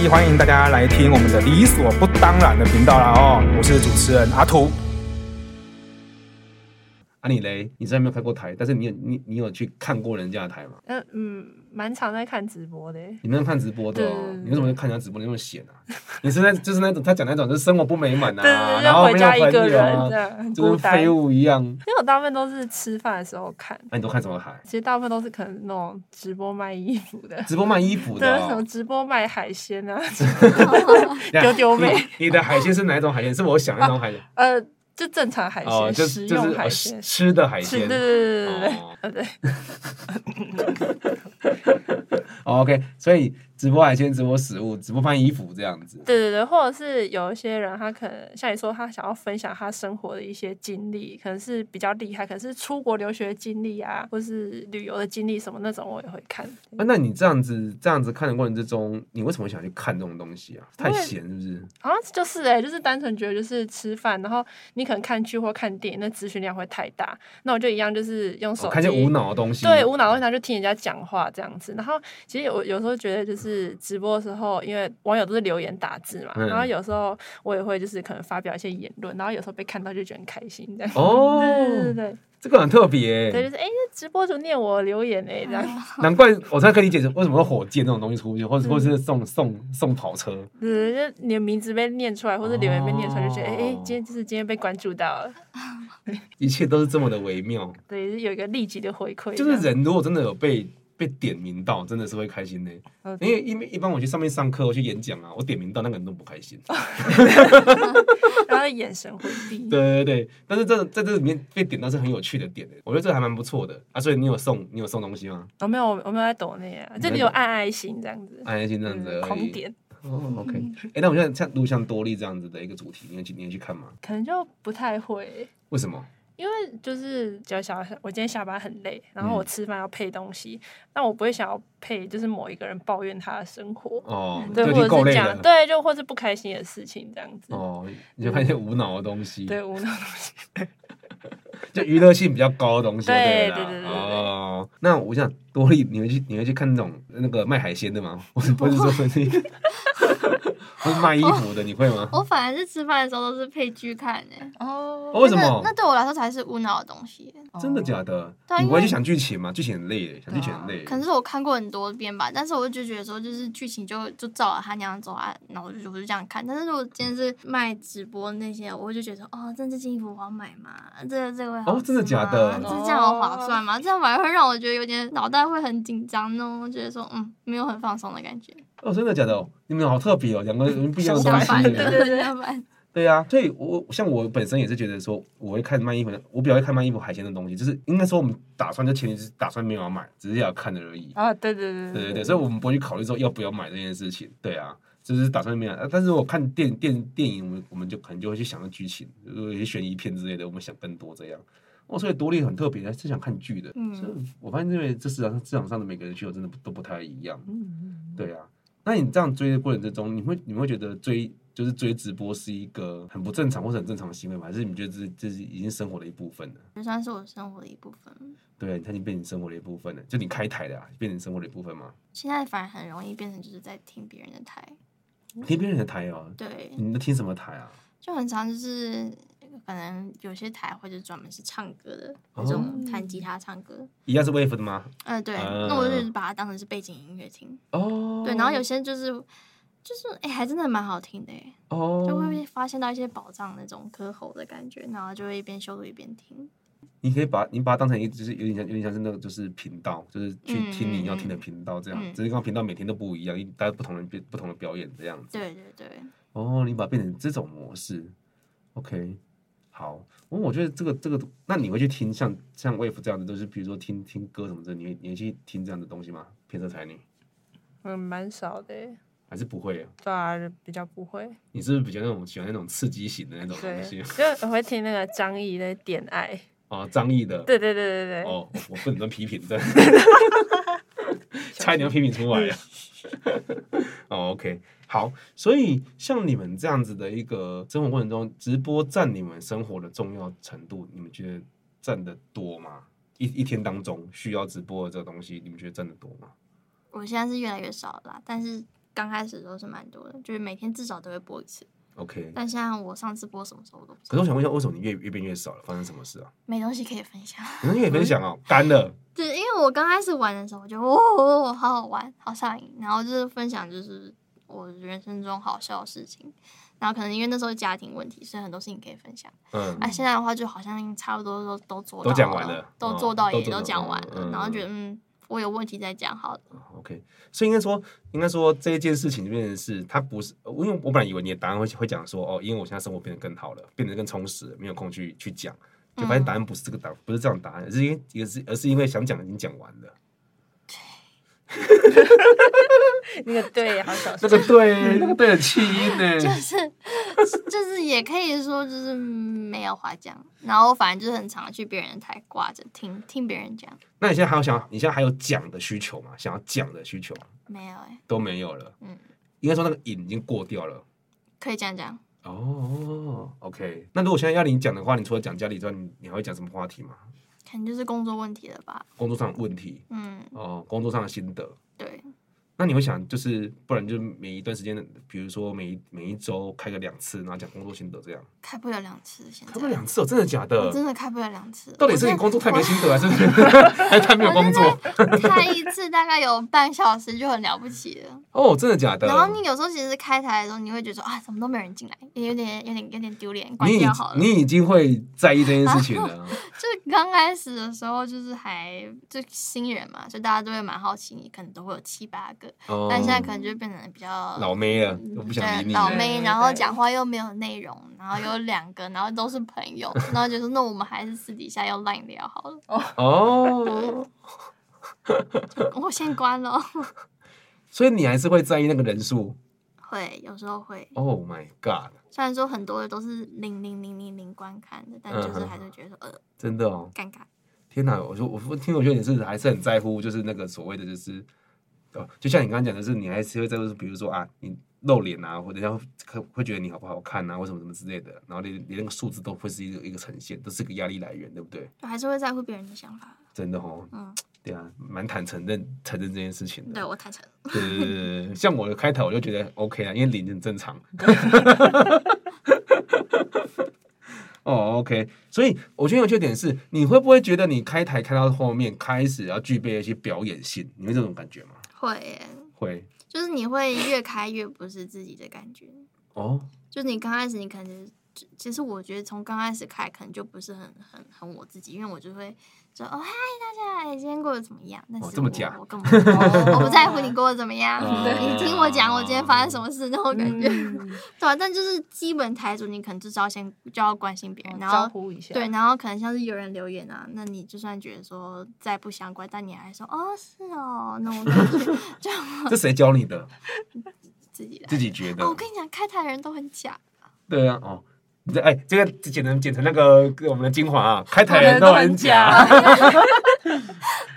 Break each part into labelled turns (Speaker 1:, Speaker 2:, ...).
Speaker 1: 集，欢迎大家来听我们的理所不当然的频道啦哦，我是主持人阿图。
Speaker 2: 啊，你嘞？你虽然没有开过台，但是你有你你有去看过人家的台吗？
Speaker 3: 那嗯，蛮常在看直播的欸。
Speaker 2: 你能看直播的、哦
Speaker 3: 对，
Speaker 2: 你为什么会看人家直播？你那么闲啊？你是那就是那种他讲那种就是生活不美满啊，
Speaker 3: 对对
Speaker 2: 然
Speaker 3: 对，就
Speaker 2: 后
Speaker 3: 回
Speaker 2: 没
Speaker 3: 家一
Speaker 2: 有
Speaker 3: 个
Speaker 2: 朋友
Speaker 3: 人
Speaker 2: 啊
Speaker 3: 这，样，很
Speaker 2: 就
Speaker 3: 孤
Speaker 2: 跟
Speaker 3: 单。
Speaker 2: 废
Speaker 3: 因
Speaker 2: 物一样。
Speaker 3: 为我大部分都是吃饭的时候看，
Speaker 2: 那、你都看什么台？
Speaker 3: 其实大部分都是可能那种直播卖衣服的，
Speaker 2: 直播卖衣服
Speaker 3: 对
Speaker 2: 的、，
Speaker 3: 什么
Speaker 2: 哦，
Speaker 3: 直播卖海鲜啊，
Speaker 2: 等一
Speaker 3: 丢
Speaker 2: 下
Speaker 3: 丢妹
Speaker 2: 你。你的海鲜是哪一种海鲜？是我想的那种海鲜、
Speaker 3: 呃，就正常啊海
Speaker 2: 哦，
Speaker 3: 鲜，
Speaker 2: 就
Speaker 3: 食
Speaker 2: 是就是
Speaker 3: 用
Speaker 2: 哦
Speaker 3: 海
Speaker 2: 吃
Speaker 3: 鲜，
Speaker 2: 吃的海
Speaker 3: 是，对
Speaker 2: 鲜。
Speaker 3: 对对对对对
Speaker 2: 哦
Speaker 3: 呃，对，
Speaker 2: 哦，OK，所以直播海鲜、直播食物、直播卖衣服这样子。
Speaker 3: 对对对，或者是有一些人，他可能像你说，他想要分享他生活的一些经历，可能是比较厉害，可能是出国留学经历啊，或是旅游的经历什么那种，我也会看。
Speaker 2: 啊，那你这样子这样子看的过程之中，你为什么想去看这种东西啊？太
Speaker 3: 因为
Speaker 2: 闲是不是？
Speaker 3: 好像就是哎、就是单纯觉得就是吃饭，然后你可能看剧或看电影，那资讯量会太大，那我就一样就是用手
Speaker 2: 哦、
Speaker 3: 机、
Speaker 2: 看一些无脑的东西。
Speaker 3: 对，无脑问他就听人家讲话这样子。然后其实有有时候觉得就是直播的时候，因为网友都是留言打字嘛，
Speaker 2: 嗯
Speaker 3: 然后有时候我也会就是可能发表一些言论，然后有时候被看到就觉得很开心这 样。
Speaker 2: 哦，
Speaker 3: 对对对
Speaker 2: 这个很特别、欸
Speaker 3: 对，对就是哎，那直播主念我留言哎，这样，
Speaker 2: 难怪我才可以理解为什么会火箭这种东西出去，或者或者
Speaker 3: 嗯
Speaker 2: 是送送送跑车。
Speaker 3: 对，对就你的名字被念出来，或者留言被念出来，就觉得哎，诶
Speaker 2: 哦
Speaker 3: 今天就是今天被关注到了，
Speaker 2: 一切都是这么的微妙。
Speaker 3: 对，就是有一个立即的回馈，
Speaker 2: 就是
Speaker 3: 这样，
Speaker 2: 人如果真的有被被点名到，真的是会开心的、
Speaker 3: 嗯
Speaker 2: 因为一一般我去上面上课，我去演讲啊，我点名到那个人都不开心。
Speaker 3: 啊然后眼神回避，
Speaker 2: 对对对，但是这在这里面被点到是很有趣的点、欸，我觉得这还蛮不错的啊。所以你有送你有送东西吗？
Speaker 3: 我哦没有我没有在抖那啊，这里有按爱心这样子，
Speaker 2: 安嗯安心这样子而
Speaker 3: 嗯
Speaker 2: 已。
Speaker 3: 狂点。
Speaker 2: 哦，OK。哎、那我现在像录像多利这样子的一个主题，你会去你会去看吗？
Speaker 3: 可能就不太会，
Speaker 2: 为什么？
Speaker 3: 因为就是只要想要我今天下班很累，然后我
Speaker 2: 嗯
Speaker 3: 吃饭要配东西，那、我不会想要配就是某一个人抱怨他的生活，
Speaker 2: 哦，
Speaker 3: 对，
Speaker 2: 就已
Speaker 3: 或
Speaker 2: 经够
Speaker 3: 者
Speaker 2: 累
Speaker 3: 是讲
Speaker 2: 了。
Speaker 3: 对，就或是不开心的事情这样子，
Speaker 2: 哦，你就看一些无脑的东西，
Speaker 3: 对，无脑
Speaker 2: 就娱乐性比较高的东西，
Speaker 3: 对
Speaker 2: 啦
Speaker 3: 对对对对
Speaker 2: 哦，那我想多利，你会去你会去看那种那个卖海鲜的吗？我不是说你， 不是卖衣服的，你会吗？
Speaker 4: 我反而是吃饭的时候都是配剧看欸诶、
Speaker 2: 哦
Speaker 3: 哦，
Speaker 2: 为什
Speaker 4: 那
Speaker 2: 么
Speaker 4: 那？对我来说才是无脑的东西。
Speaker 2: 真的假的
Speaker 4: 对？啊
Speaker 2: 你不会
Speaker 4: 因为
Speaker 2: 去想剧情吗？剧情很累耶，想剧情很累耶。
Speaker 4: 可能是我看过很多遍吧，但是我就觉得说，就是剧情就就照着他那样走啊，然后我就我就这样看。但是如果今天是卖直播那些，我就觉得说，哦，这这件衣服我要买吗？这个这个会好
Speaker 2: 哦真的
Speaker 4: 吃吗
Speaker 2: 假的
Speaker 4: 这这样好划算吗？这样买会让我觉得有点脑袋会很紧张呢，我觉得说，嗯，没有很放松的感觉。
Speaker 2: 哦，真的假的？你们好特别哦，两个人不一样的
Speaker 4: 相
Speaker 2: 东
Speaker 4: 反，
Speaker 2: 西啊
Speaker 4: 对
Speaker 2: 耶。
Speaker 4: 对对，相 反。
Speaker 2: 对啊，所以我像我本身也是觉得说，我会看卖衣服的，我比较会看卖衣服海鲜的东西，就是应该说我们打算就前提是打算没有要买，只是要看的而已。
Speaker 3: 啊，对对对
Speaker 2: 对对对，所以我们不会去考虑说要不要买这件事情。对啊，就是打算没有。啊但是我看电电电影，我们我们就可能就会去想到剧情，如果有些悬疑片之类的，我们想更多这样。哦，所以多利很特别，是想看剧的。
Speaker 4: 嗯
Speaker 2: 所以我发现这边这市场上市场上的每个人需求真的不都不太一样。对啊，那你这样追的过程之中，你会你会觉得追就是追直播是一个很不正常或者很正常的行为吗？还是你觉得这是这是已经生活的一部分了？
Speaker 4: 也算是我生活的一部分。
Speaker 2: 对，啊它已经变成生活的一部分了。就你开台的、啊，变成生活的一部分吗？
Speaker 4: 现在反而很容易变成就是在听别人的台，
Speaker 2: 听别人的台哦，
Speaker 4: 对，
Speaker 2: 你们听什么台啊？
Speaker 4: 就很常就是可能有些台会就专门是唱歌的那
Speaker 2: 嗯
Speaker 3: 哦
Speaker 4: 种弹吉他唱歌，
Speaker 2: 一样是 wave 的吗？
Speaker 4: 呃，对，
Speaker 2: 啊
Speaker 4: 那我就是把它当成是背景音乐听，
Speaker 2: 哦
Speaker 4: 对，然后有些就是就是哎、还真的蛮好听的哎，就
Speaker 2: 哦，
Speaker 4: 会发现到一些宝藏那种歌喉的感觉，然后就会一边修录一边听，
Speaker 2: 你可以把你把它当成一个，就是有点像有点像是那个就是频道，就是去听你要听的频道这样，
Speaker 4: 嗯嗯嗯
Speaker 2: 只是刚好频道每天都不一样，一大家不同人表不同的表演这样子。
Speaker 4: 对对对，
Speaker 2: 哦，你把它变成这种模式，OK，好。我我觉得这个这个，那你会去听像像 wave 这样的，就是比如说听听歌什么的，你会你会去听这样的东西吗？偏色才女
Speaker 3: 嗯，蛮少的欸，
Speaker 2: 还是不会啊？
Speaker 3: 对啊，比较不会，
Speaker 2: 你是不是比较那种喜欢那种刺激型的那种
Speaker 3: 对
Speaker 2: 东，西？
Speaker 3: 就我会听那个张译的《点爱》，
Speaker 2: 哦，张译的，
Speaker 3: 对对对对对，
Speaker 2: 哦，我我不能批评的， 差一点要批评出来呀。 哦，OK，好，所以像你们这样子的一个生活过程中，直播占你们生活的重要程度，你们觉得占的多吗？一一天当中需要直播的这个东西，你们觉得占的多吗？
Speaker 4: 我现在是越来越少了啦，但是刚开始的时候是蛮多的，就是每天至少都会播一次。
Speaker 2: OK。
Speaker 4: 但像我上次播什么时候我都不知
Speaker 2: 可
Speaker 4: 道，
Speaker 2: 是我想问一下，为什么你越越变越少了？发生什么事啊？
Speaker 4: 没东西可以分享。
Speaker 2: 可能你也分享哦，干了。
Speaker 4: 对，因为我刚开始玩的时候，我就哦，好好玩，好上瘾，然后就是分享就是我人生中好笑的事情，然后可能因为那时候家庭问题，所以很多事情可以分享。
Speaker 2: 嗯
Speaker 4: 啊，现在的话就好像差不多都都做到
Speaker 2: 都讲完了
Speaker 4: 都
Speaker 2: 嗯
Speaker 4: 做到
Speaker 2: 都
Speaker 4: 也
Speaker 2: 做
Speaker 4: 都
Speaker 2: 到
Speaker 4: 讲
Speaker 2: 了
Speaker 4: 完了，
Speaker 2: 嗯
Speaker 4: 然后觉得嗯，我有问题再讲 好了。
Speaker 2: ，OK。所以应该说，应该说这一件事情变成是，它不是，因为我本来以为你的答案会会讲说，哦，因为我现在生活变得更好了，变得更充实了，没有空去去讲。就发现答案不是这个答，不是这样的答案，而是因为也是而是因为想讲已经讲完了。
Speaker 3: 那个对，好小
Speaker 2: 那
Speaker 3: 声。
Speaker 2: 个对，那个对的气音
Speaker 4: 就
Speaker 2: 呢？
Speaker 4: 是就是也可以说就是没有话讲，然后反正就是很常去别人的台挂着听听别人讲，
Speaker 2: 那你现在还有想，你现在还有讲的需求吗？想要讲的需求
Speaker 4: 没有哎、
Speaker 2: 都没有了。
Speaker 4: 嗯，
Speaker 2: 应该说那个瘾已经过掉了。
Speaker 4: 可以这样讲。
Speaker 2: 哦，OK。那如果现在要你讲的话，你除了讲家里之外，你你还会讲什么话题吗？
Speaker 4: 可能就是工作问题了吧，
Speaker 2: 工作上的问题
Speaker 4: 嗯，
Speaker 2: 哦、工作上的心得。
Speaker 4: 对，
Speaker 2: 那你会想，就是不然就每一段时间，比如说每一每一周开个两次，然后讲工作心得这样。
Speaker 4: 开不了两次，现在
Speaker 2: 开过两次哦，真的假
Speaker 4: 我真
Speaker 2: 的？
Speaker 4: 的开不了两次，
Speaker 2: 到底是你工作太没心得，还是 还是太没有工作？
Speaker 4: 我真的开一次大概有半小时就很了不起 了，
Speaker 2: 哦，真的假的？
Speaker 4: 然后你有时候其实开台的时候，你会觉得说啊，怎么都没人进来，也有点有点有点丢脸，关
Speaker 2: 你已
Speaker 4: 掉好了。
Speaker 2: 你已经会在意这件事情 了。
Speaker 4: 就是刚开始的时候，就是还就新人嘛，所以大家都会蛮好奇你，可能都会有七八个，
Speaker 2: 哦，
Speaker 4: 但现在可能就变成比较嗯
Speaker 2: 老妹了，我不想理
Speaker 4: 对
Speaker 2: 你
Speaker 4: 老
Speaker 2: 了。
Speaker 4: 妹，
Speaker 3: 对
Speaker 4: 然后
Speaker 3: 对
Speaker 4: 讲话又没有内容，然后有两个，然后都是朋友，然后就说那我们还是私底下要 line 聊好了，
Speaker 2: 哦，
Speaker 4: 我先关了。
Speaker 2: 所以你还是会在意那个人数。
Speaker 4: 会有时候会，
Speaker 2: Oh my god！
Speaker 4: 虽然说很多的都是零零零零零观看的，但
Speaker 2: 嗯
Speaker 4: 就是还是觉得说呃
Speaker 2: 真的哦，
Speaker 4: 尴尬。
Speaker 2: 天哪！我说我我听我觉得你是还是很在乎，就是那个所谓的就是，哦，就像你刚刚讲的是，你还是会在乎，比如说啊，你露脸啊，或者人家会会觉得你好不好看啊，或什么什么之类的，然后连连那个数字都会是一个一个呈现，都是一个压力来源，对不对？
Speaker 4: 我还是会在乎别人的想法，
Speaker 2: 真的哦，
Speaker 4: 嗯，
Speaker 2: 对啊，蛮坦承认承认这件事情的。
Speaker 4: 对我坦诚，
Speaker 2: 对对对对对，像我的开头我就觉得 OK 啊，因为零很正常。哦、o k 所以我觉得有趣的点是，你会不会觉得你开台开到后面开始要具备一些表演性？你会这种感觉吗？
Speaker 4: 会耶，
Speaker 2: 会
Speaker 4: 就是你会越开越不是自己的感觉，
Speaker 2: 哦，
Speaker 4: 就是你刚开始你可能就其实我觉得从刚开始开可能就不是很很很我自己，因为我就会说哦嗨大家，哎今天过得怎么样？但是
Speaker 2: 哦这么假
Speaker 4: 我我根本不 我不在乎 你过得怎么样，
Speaker 2: 哦
Speaker 4: 你听我讲我今天发生什么事那种感觉，
Speaker 3: 嗯，
Speaker 4: 对啊，但就是基本台主你可能至少先就要关心别
Speaker 2: 哦
Speaker 4: 人，然
Speaker 3: 招
Speaker 4: 后。
Speaker 3: 呼一下，
Speaker 4: 对，，然后可能像是有人留言啊，那你就算觉得说再不相关，但你还说哦是哦，那我 就去就
Speaker 2: 这谁教你的？
Speaker 4: 自己来。
Speaker 2: 自己觉得
Speaker 4: 哦，我？跟你讲，开台的人都很假，
Speaker 2: 对啊，哦，你这哎，这个剪成剪成那个我们的精华啊，开台人都很假。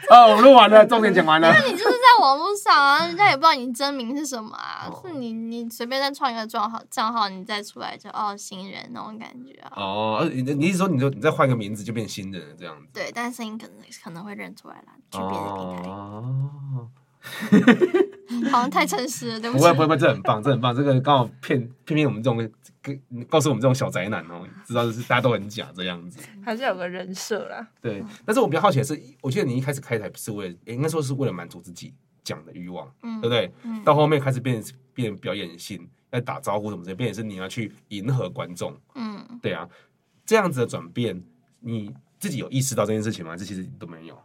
Speaker 2: 哦，我们录完了，重点讲完了。
Speaker 4: 你就是在网络上啊，人家也不知道你真名是什么啊，
Speaker 2: 哦
Speaker 4: 是你你随便再创一个账号账号，你再出来就哦新人那种感觉啊。
Speaker 2: 哦，呃你的你是说你就你再换个名字就变新人了这样子？
Speaker 4: 对，但声音可能可能会认出来啦，去别的平台，
Speaker 2: 哦，
Speaker 4: 好像太诚实了，对
Speaker 2: 不
Speaker 4: 起
Speaker 2: 会。不会不会，这很棒，这很棒，这个刚好骗骗骗我们这种跟告诉我们这种小宅男哦，知道就是大家都很假这样子。
Speaker 3: 还是有个人设啦。
Speaker 2: 对，但是我比较好奇的是，我记得你一开始开台不是为了，诶应该说是为了满足自己讲的欲望，
Speaker 4: 嗯
Speaker 2: 对不对？
Speaker 4: 嗯
Speaker 2: 到后面开始变变表演性，要打招呼什么的，变成是你要去迎合观众，
Speaker 4: 嗯，
Speaker 2: 对啊，这样子的转变，你自己有意识到这件事情吗？这其实都没有。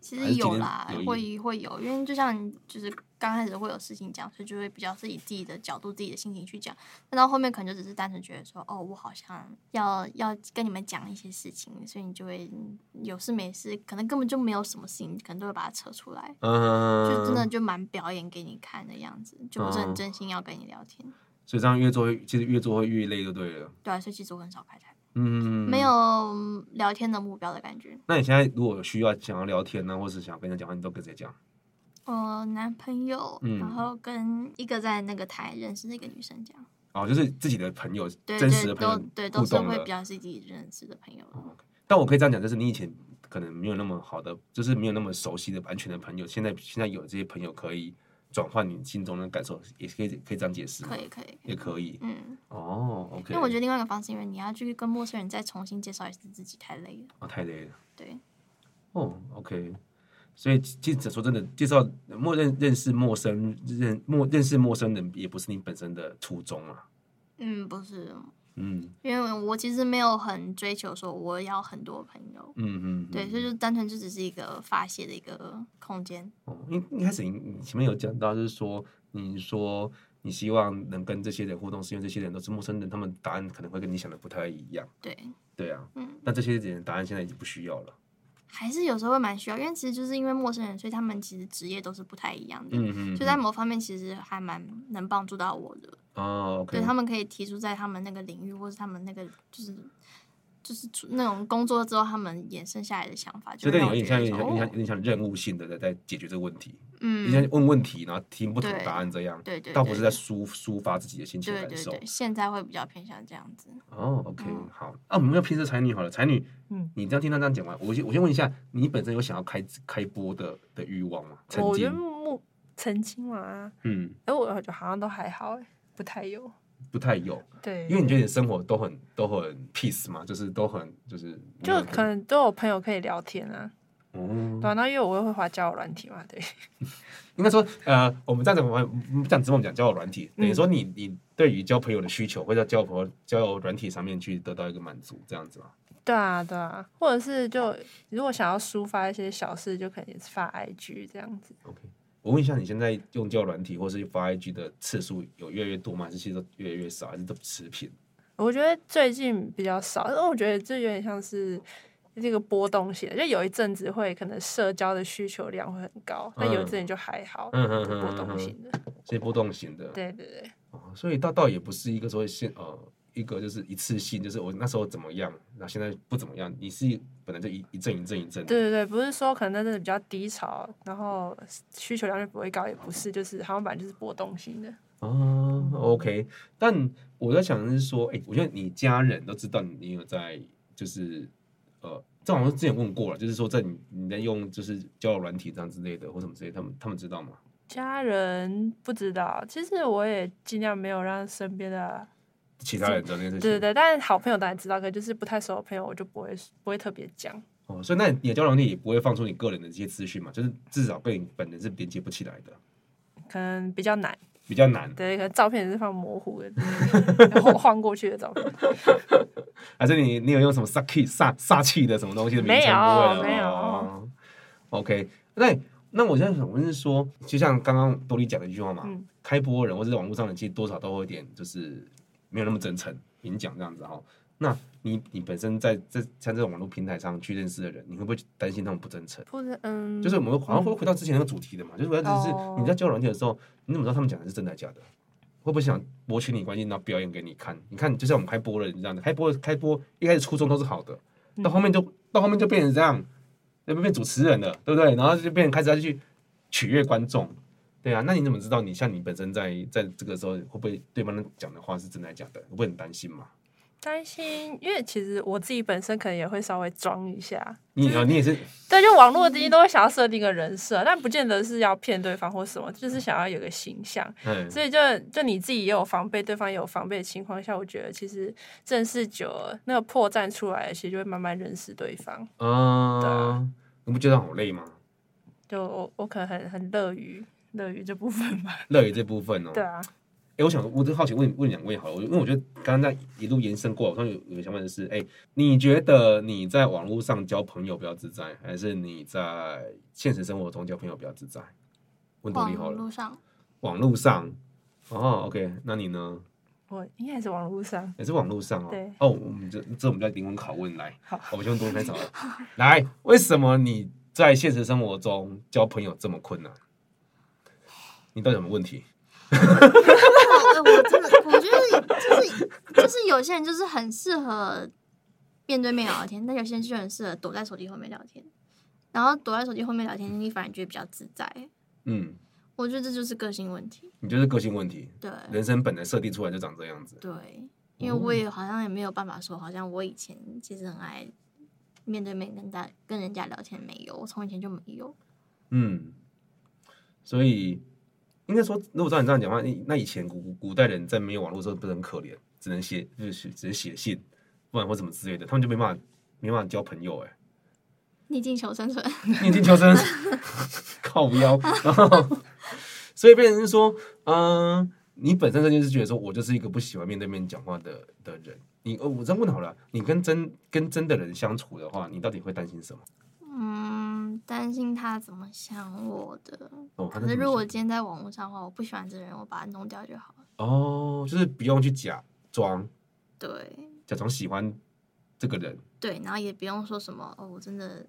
Speaker 4: 其
Speaker 2: 还
Speaker 4: 实
Speaker 2: 是今
Speaker 4: 有
Speaker 2: 天
Speaker 4: 啦
Speaker 2: 有意，义
Speaker 4: 会会有，因为就像你就是刚开始会有事情讲，所以就会比较是以自己的角度、自己的心情去讲。但到后面可能就只是单纯觉得说，哦，我好像要要跟你们讲一些事情，所以你就会嗯有事没事，可能根本就没有什么事情，可能都会把它扯出来，
Speaker 2: 嗯，
Speaker 4: 就真的就蛮表演给你看的样子，就不是
Speaker 2: 嗯
Speaker 4: 很真心要跟你聊天。
Speaker 2: 所以这样越做会，其实越做会越累，就对了。
Speaker 4: 对啊，所以其实我很少开台，
Speaker 2: 嗯，
Speaker 4: 没。有聊天的目标的感觉。
Speaker 2: 那你现在如果有需要想要聊天呢、或是想要跟人家讲话，你都跟谁讲？
Speaker 4: 我男朋友，
Speaker 2: 嗯
Speaker 4: 然后跟一个在那个台认识的一个女生讲。
Speaker 2: 哦，就是自己的朋友，
Speaker 4: 对
Speaker 2: 真实的
Speaker 4: 对
Speaker 2: 朋友
Speaker 4: 都对
Speaker 2: 互
Speaker 4: 都是
Speaker 2: 动
Speaker 4: 会
Speaker 2: 的哦
Speaker 4: 比。较是自己认识的朋友，
Speaker 2: 但我可以这样讲，就是你以前可能没有那么好的，就是没有那么熟悉的、完全的朋友，现在现在有这些朋友可以转换你心中的感受，也可以可以这样解释吗，
Speaker 4: 可以可以，
Speaker 2: 也可以。
Speaker 4: 嗯，
Speaker 2: 哦，OK，
Speaker 4: 因为我觉得另外一个方式，因为你要去跟陌生人再重新介绍一次自己，太累了。
Speaker 2: 哦太累了。
Speaker 4: 对，
Speaker 2: 哦，OK，所以其实说真的，介绍陌认认识陌生认陌认识陌生人，也不是你本身的初衷啊。
Speaker 4: 嗯，不是，
Speaker 2: 嗯
Speaker 4: 因为我其实没有很追求说我要很多朋友，
Speaker 2: 嗯嗯，
Speaker 4: 对，所以就单纯就只是一个发泄的一个空间。
Speaker 2: 哦，因一开始你你前面有讲到，就是说你说你希望能跟这些人互动，是因为这些人都是陌生人，他们答案可能会跟你想的不太一样。
Speaker 4: 对，
Speaker 2: 对啊，
Speaker 4: 嗯，
Speaker 2: 但这些人答案现在已经不需要了。
Speaker 4: 还是有时候会蛮需要，因为其实就是因为陌生人，所以他们其实职业都是不太一样的。
Speaker 2: 嗯嗯，
Speaker 4: 所以在某方面其实还蛮能帮助到我的，
Speaker 2: 哦，OK，
Speaker 4: 对他们可以提出在他们那个领域或是他们那个就是就是出那种工作之后他们衍生下来的想法，
Speaker 2: 就
Speaker 4: 就
Speaker 2: 对
Speaker 4: 让
Speaker 2: 你
Speaker 4: 我
Speaker 2: 有点
Speaker 4: 觉
Speaker 2: 像有
Speaker 4: 得
Speaker 2: 点像有点像有
Speaker 4: 说哦
Speaker 2: 点像任务性的在在解决这个问题，有点
Speaker 4: 嗯
Speaker 2: 像，问问题，然后听不同答案这样，
Speaker 4: 对对，
Speaker 2: 倒不是在
Speaker 4: 对
Speaker 2: 抒抒发自己的心情
Speaker 4: 对
Speaker 2: 感
Speaker 4: 对
Speaker 2: 受。
Speaker 4: 对，现在会比较偏向这样子。
Speaker 2: 哦，OK，
Speaker 4: 嗯
Speaker 2: 好，那我们要拼色才女好了，才女，
Speaker 3: 嗯
Speaker 2: 你这样听她这样讲完，我先我先问一下，你本身有想要开开播的的欲望吗？曾
Speaker 3: 我觉得
Speaker 2: 经，
Speaker 3: 目曾经嘛，
Speaker 2: 嗯，
Speaker 3: 哎，我觉得好像都还好，哎，不太有。
Speaker 2: 不太有，
Speaker 3: 对，
Speaker 2: 因为你觉得你生活都很都很 peace 嘛，就是都很就是
Speaker 3: 就可能都有朋友可以聊天啊，
Speaker 2: 哦
Speaker 3: 对啊，那因为我也会滑交友软体嘛，对，
Speaker 2: 应该说，呃，我们这样子，我们这样子，我们讲交友软体，
Speaker 3: 嗯
Speaker 2: 等于说你你对于交朋友的需求，会在交友朋友交友软体上面去得到一个满足，这样子嘛？
Speaker 3: 对啊，对啊，或者是就如果想要抒发一些小事，就可能也是发 IG 这样子。
Speaker 2: OK，我问一下，你现在用交友软体或是发 IG 的次数有越来越多吗？还是其实都越来越少，还是都持平？
Speaker 3: 我觉得最近比较少，因为我觉得这有点像是这个波动型的，就有一阵子会可能社交的需求量会很高，但有一阵子就还好，
Speaker 2: 嗯嗯嗯
Speaker 3: 哦就波
Speaker 2: 嗯嗯
Speaker 3: 动型的。
Speaker 2: 所以波动型的，
Speaker 3: 对对对，
Speaker 2: 哦，所以倒倒也不是一个说现呃一个就是一次性，就是我那时候怎么样，那现在不怎么样，你是本来就一一阵一阵一阵的，
Speaker 3: 对对对，不是说可能那阵子比较低潮，然后需求量就不会高，也不是，就是好像本来就是波动型的。
Speaker 2: 哦，OK，但我在想的是说，哎、我觉得你家人都知道你有在，就是呃，这好像之前问过了，就是说在你你在用就是交友软体这样之类的或什么之类的，他们他们知道吗？
Speaker 3: 家人不知道，其实我也尽量没有让身边的
Speaker 2: 其他人知道这件事情，
Speaker 3: 对对对，但好朋友当然知道，可就是不太熟的朋友，我就不会不会特别讲。
Speaker 2: 哦，所以那你的交友软体也不会放出你个人的这些资讯嘛，就是至少跟你本人是连接不起来的，
Speaker 3: 可能比较难，
Speaker 2: 比较难。
Speaker 3: 对，可能照片也是放模糊 的，然后晃过去的照 片。
Speaker 2: 还是你你有用什么煞气煞煞气的什么东西的名称？
Speaker 3: 嗯没有
Speaker 2: 不会哦
Speaker 3: 没有
Speaker 2: 哦 OK，那那我现在想问是说，就像刚刚多莉讲的一句话嘛，
Speaker 3: 嗯
Speaker 2: 开播人或者在网络上的，其实多少都会有点就是没有那么真诚、明讲这样子哈、那你你本身在在像这种网络平台上去认识的人，你会不会担心他们不真诚？
Speaker 3: 不是，嗯，
Speaker 2: 就是我们好像会回到之前那个主题的嘛，就是我要只是
Speaker 3: 哦
Speaker 2: 你在交友软件的时候，你怎么知道他们讲的是真的还是假的？会不会想博取你关心，然后表演给你看？你看，就像我们开播了，你这样子，开播开播一开始初衷都是好的，到后面就
Speaker 3: 嗯
Speaker 2: 到后面就变成这样，就变主持人了，对不对？然后就变成开始要去取悦观众，对啊。那你怎么知道你像你本身在在这个时候会不会对方讲的话是真的还是假的？会不会很担心嘛？
Speaker 3: 担心，因为其实我自己本身可能也会稍微装一下。嗯
Speaker 2: 你啊，你也是
Speaker 3: 对，就网络的一都会想要设定个人设，但不见得是要骗对方或什么，就是想要有个形象。
Speaker 2: 嗯
Speaker 3: 所以就就你自己也有防备，对方也有防备的情况下，我觉得其实正式久了，那个破绽出来了，其实就会慢慢认识对方。对
Speaker 2: 啊
Speaker 3: 啊，
Speaker 2: 你不觉得好累吗？
Speaker 3: 就我我可能很很乐于乐于这部分吧。
Speaker 2: 乐于这部分哦，
Speaker 3: 对啊，
Speaker 2: 哎、我想，我就好奇问问两位好了，我因为我觉得刚刚在一路延伸过来，我突然有有个想问的是，哎、你觉得你在网络上交朋友比较自在，还是你在现实生活中交朋友比较自在？问独
Speaker 4: 网
Speaker 2: 立好了，
Speaker 4: 络上，
Speaker 2: 网络上，哦，OK，那你呢？
Speaker 3: 我应该也是网络上。
Speaker 2: 也是网络上哦。
Speaker 3: 对
Speaker 2: 哦，我们这这我们叫灵魂拷问来。
Speaker 3: 好
Speaker 2: 我们先问多开场。来，为什么你在现实生活中交朋友这么困难？你到底有什么问题？
Speaker 4: 我呃我真的我觉得就是就是有些人就是很适合面对面聊天，但有些人就很适合躲在手机后面聊天。然后躲在手机后面聊天，你反而觉得比较自在。
Speaker 2: 嗯，
Speaker 4: 我觉得这就是个性问题。
Speaker 2: 你就是个性问题，
Speaker 4: 对
Speaker 2: 人生本来设定出来就长这样子。
Speaker 4: 对，因为
Speaker 2: 哦
Speaker 4: 我也好像也没有办法说，好像我以前其实很爱面对面跟大跟人家聊天，没有，我从以前就没有。
Speaker 2: 嗯嗯，所以应该说，如果照你这样讲的话，你那以前古古代人在没有网络的时候，不是很可怜，只能写就是只能写信，不然或什么之类的，他们就没办法没办法交朋友哎、
Speaker 4: 逆境求生存，
Speaker 2: 你已经求生， 靠不腰，然后所以变成是说，嗯、你本身这件事觉得说我就是一个不喜欢面对面讲话的的人。你哦，我这样问好了，你跟真跟真的人相处的话，你到底会担心什么？
Speaker 4: 嗯，担心他怎么想我的。
Speaker 2: 哦，他
Speaker 4: 可是如果今天在网络上的话，我不喜欢这个人，我把他弄掉就好了。
Speaker 2: 哦，就是不用去假装
Speaker 4: 对
Speaker 2: 假装喜欢这个人，
Speaker 4: 对，然后也不用说什么哦，我真的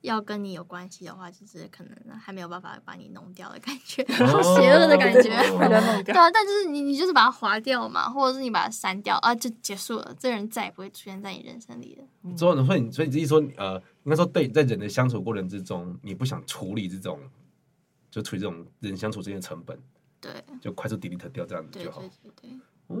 Speaker 4: 要跟你有关系的话，就是可能还没有办法把你弄掉的感觉， 好邪恶 的感觉。
Speaker 2: 哦
Speaker 3: 把它弄
Speaker 4: 对
Speaker 3: 掉。
Speaker 4: 啊，但就是你，你就是把它划掉嘛，或者是你把它删掉啊，就结束了，这个人再也不会出现在你人生里了。
Speaker 2: 所以呢，所以你所以你自己说，呃，应该说对，在人的相处过程之中，你不想处理这种，就处理这种人相处之间的成本，
Speaker 4: 对，
Speaker 2: 就快速 delete 掉这样子
Speaker 4: 对，
Speaker 2: 就好
Speaker 4: 对。，对，对。
Speaker 2: 哦，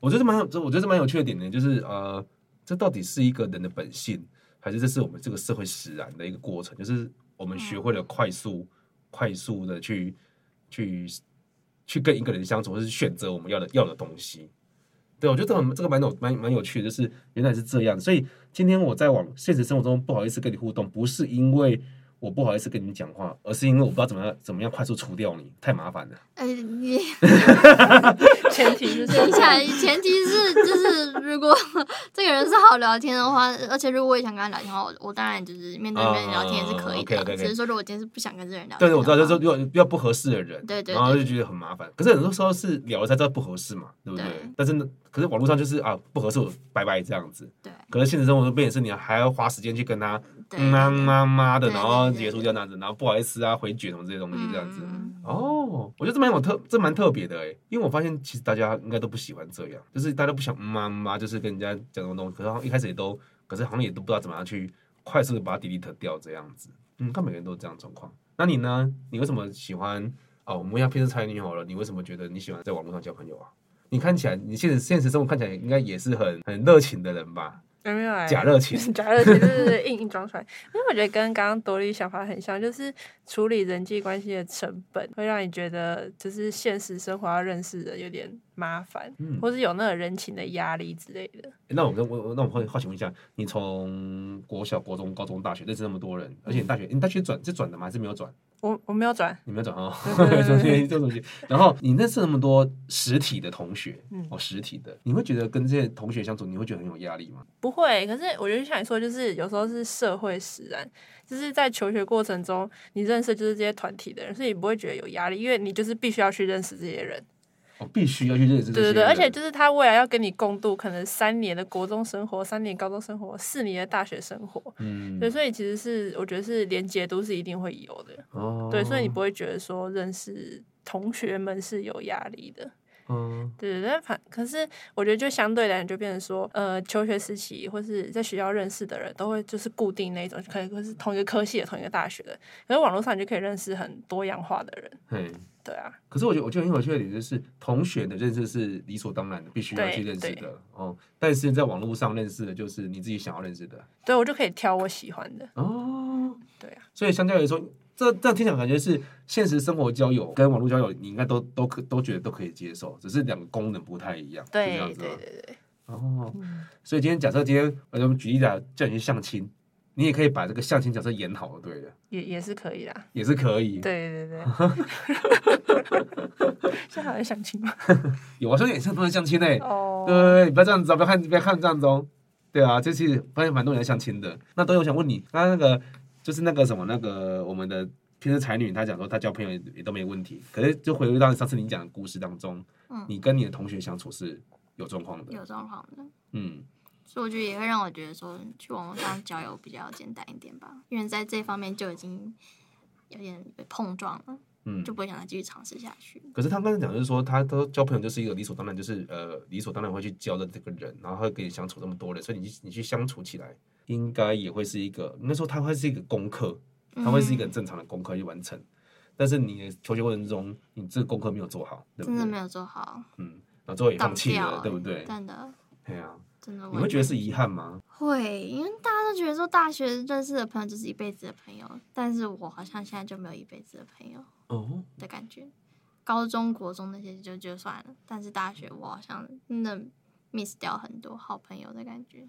Speaker 2: 我觉得蛮有，这我觉得这蛮有趣的点呢，就是呃，这到底是一个人的本性，还是这是我们这个社会使然的一个过程？就是我们学会了快速、快速的去去去跟一个人相处，或是选择我们要的要的东西。对，我觉得这很这个蛮有蛮蛮有趣的，就是原来是这样。所以今天我在往现实生活中不好意思跟你互动，不是因为我不好意思跟你讲话，而是因为我不知道怎么样怎么样快速除掉你，太麻烦了。
Speaker 4: 哎，你
Speaker 3: 前提是
Speaker 4: 等一
Speaker 3: 说
Speaker 4: 下，前提是就是如果这个人是好聊天的话，而且如果我也想跟他聊天的话，我我当然就是面
Speaker 2: 嗯
Speaker 4: 对面聊天也是可以的
Speaker 2: 啊
Speaker 4: 啊。
Speaker 2: ，OK，OK，OK
Speaker 4: 只是说如果我今天是不想跟这个人聊天
Speaker 2: 对对，
Speaker 4: 的话，
Speaker 2: 我知道，就是遇到遇到不合适的人，
Speaker 4: 对对
Speaker 2: 然后就
Speaker 4: 对
Speaker 2: 觉得很麻烦。可是很多时候是聊了才知道不合适嘛，对不对？
Speaker 4: 对
Speaker 2: 但是呢，可是网络上就是啊，不合适，我拜拜这样子。
Speaker 4: 对
Speaker 2: 可是现实生活中，变成是你还要花时间去跟他
Speaker 4: 对
Speaker 2: 妈妈妈的，
Speaker 4: 对
Speaker 2: 然
Speaker 4: 对
Speaker 2: 后
Speaker 4: 对
Speaker 2: 结束
Speaker 4: 对
Speaker 2: 这样子，然后不好意思啊，回绝什么这些东西这样子。
Speaker 4: 嗯
Speaker 2: 哦，我觉得这蛮有特，这蛮特别的哎，因为我发现其实大家应该都不喜欢这样，就是大家不想嗯妈妈，就是跟人家讲什么东西，可是好像一开始也都，可是好像也都不知道怎么样去快速的把它 delete 掉这样子。嗯，看每个人都有这样的状况。那你呢？你为什么喜欢？哦，我们要变成才女好了，你为什么觉得你喜欢在网络上交朋友啊？你看起来，你现实现实生活看起来应该也是很很热情的人吧？
Speaker 3: 有没有来
Speaker 2: 假热 情，
Speaker 3: 假热情就是硬硬装出来，因为我觉得跟刚刚多莉想法很像，就是处理人际关系的成本会让你觉得，就是现实生活要认识的有点麻烦，
Speaker 2: 嗯，
Speaker 3: 或是有那个人情的压力之类的。
Speaker 2: 欸那我跟我我那我会好奇问一下，你从国小、国中、高中、大学认识那么多人，而且你大学你大学转是转的吗？还是没有转？
Speaker 3: 我我没有转，
Speaker 2: 你没有转哦，
Speaker 3: 对 对对
Speaker 2: 中间这种东西。然后你认识那么多实体的同学，
Speaker 3: 嗯
Speaker 2: 哦，实体的，你会觉得跟这些同学相处，你会觉得很有压力吗？
Speaker 3: 不会，可是我觉得就像你说，就是有时候是社会使然，就是在求学过程中，你认识就是这些团体的人，所以你不会觉得有压力，因为你就是必须要去认识这些人。
Speaker 2: 哦，必须要去认识这
Speaker 3: 对
Speaker 2: 些
Speaker 3: 对
Speaker 2: 人。
Speaker 3: 对，而且就是他未来要跟你共度可能三年的国中生活、三年高中生活、四年的大学生活，
Speaker 2: 嗯
Speaker 3: 对，所以其实是我觉得是连结都是一定会有的，
Speaker 2: 哦，
Speaker 3: 对，所以你不会觉得说认识同学们是有压力的。
Speaker 2: 嗯
Speaker 3: 对对，但反可是我觉得就相对来讲，就变成说，呃，求学时期或是在学校认识的人都会就是固定那一种，可能会是同一个科系的、同一个大学的，可是网络上你就可以认识很多样化的人，
Speaker 2: 嘿。
Speaker 3: 对啊，
Speaker 2: 可是我觉得，我觉得很有趣的点就是，同学的认识是理所当然的，必须要
Speaker 3: 对
Speaker 2: 去认识
Speaker 3: 对
Speaker 2: 的哦。但是在网络上认识的，就是你自己想要认识的。
Speaker 3: 对我就可以挑我喜欢的，
Speaker 2: 哦，
Speaker 3: 对啊，
Speaker 2: 所以相较来说，这这样听起来感觉是现实生活交友跟网络交友，你应该都都可都觉得都可以接受，只是两个功能不太一样，是这
Speaker 3: 对
Speaker 2: 样
Speaker 3: 对
Speaker 2: 子吗
Speaker 3: 对？对，
Speaker 2: 哦，
Speaker 3: 嗯
Speaker 2: 所以今天假设今天呃我们举例来叫你去相亲，你也可以把这个相亲角色演好，对的，
Speaker 3: 也也是可以啦。
Speaker 2: 也是可以。
Speaker 3: 对对对，现在还在相亲吗？
Speaker 2: 有啊，所以也像多人相亲呢、
Speaker 3: 哦
Speaker 2: 对对对，不要这样子啊，不要看不要看这样子哦。对啊，这次发现蛮多人在相亲的。那都有想问你，那那个就是那个什么那个我们的偏执才女，她讲说她交朋友也也都没问题，可是就回归到上次你讲的故事当中，
Speaker 4: 嗯
Speaker 2: 你跟你的同学相处是有状况
Speaker 4: 有
Speaker 2: 的，
Speaker 4: 状况的。
Speaker 2: 嗯，
Speaker 4: 所以我觉得也会让我觉得说，去网络上交友比较简单一点吧，因为在这方面就已经有点被碰撞了，
Speaker 2: 嗯
Speaker 4: 就，不会想再继续尝试下去。
Speaker 2: 可是他刚才讲就是说，他都交朋友就是一个理所当然，就是呃理所当然会去交的这个人，然后会跟你相处这么多人，所以你去你去相处起来，应该也会是一个，应该说他会是一个功课，它会是一个
Speaker 4: 嗯
Speaker 2: 很正常的功课去完成。但是你的求学过程中，你这个功课没有做好，对不
Speaker 4: 真
Speaker 2: 对？
Speaker 4: 的没有做好，
Speaker 2: 嗯，然后最后也放
Speaker 4: 挡
Speaker 2: 弃
Speaker 4: 掉
Speaker 2: 了，
Speaker 4: 了，
Speaker 2: 对不对？
Speaker 4: 真的，
Speaker 2: 对呀、
Speaker 4: 真的，
Speaker 2: 你会觉得是遗憾吗？
Speaker 4: 会，因为大家都觉得说大学认识的朋友就是一辈子的朋友，但是我好像现在就没有一辈子的朋友
Speaker 2: 哦，
Speaker 4: 的感觉。高中、国中那些就就算了，但是大学我好像真的 miss 掉很多好朋友的感觉。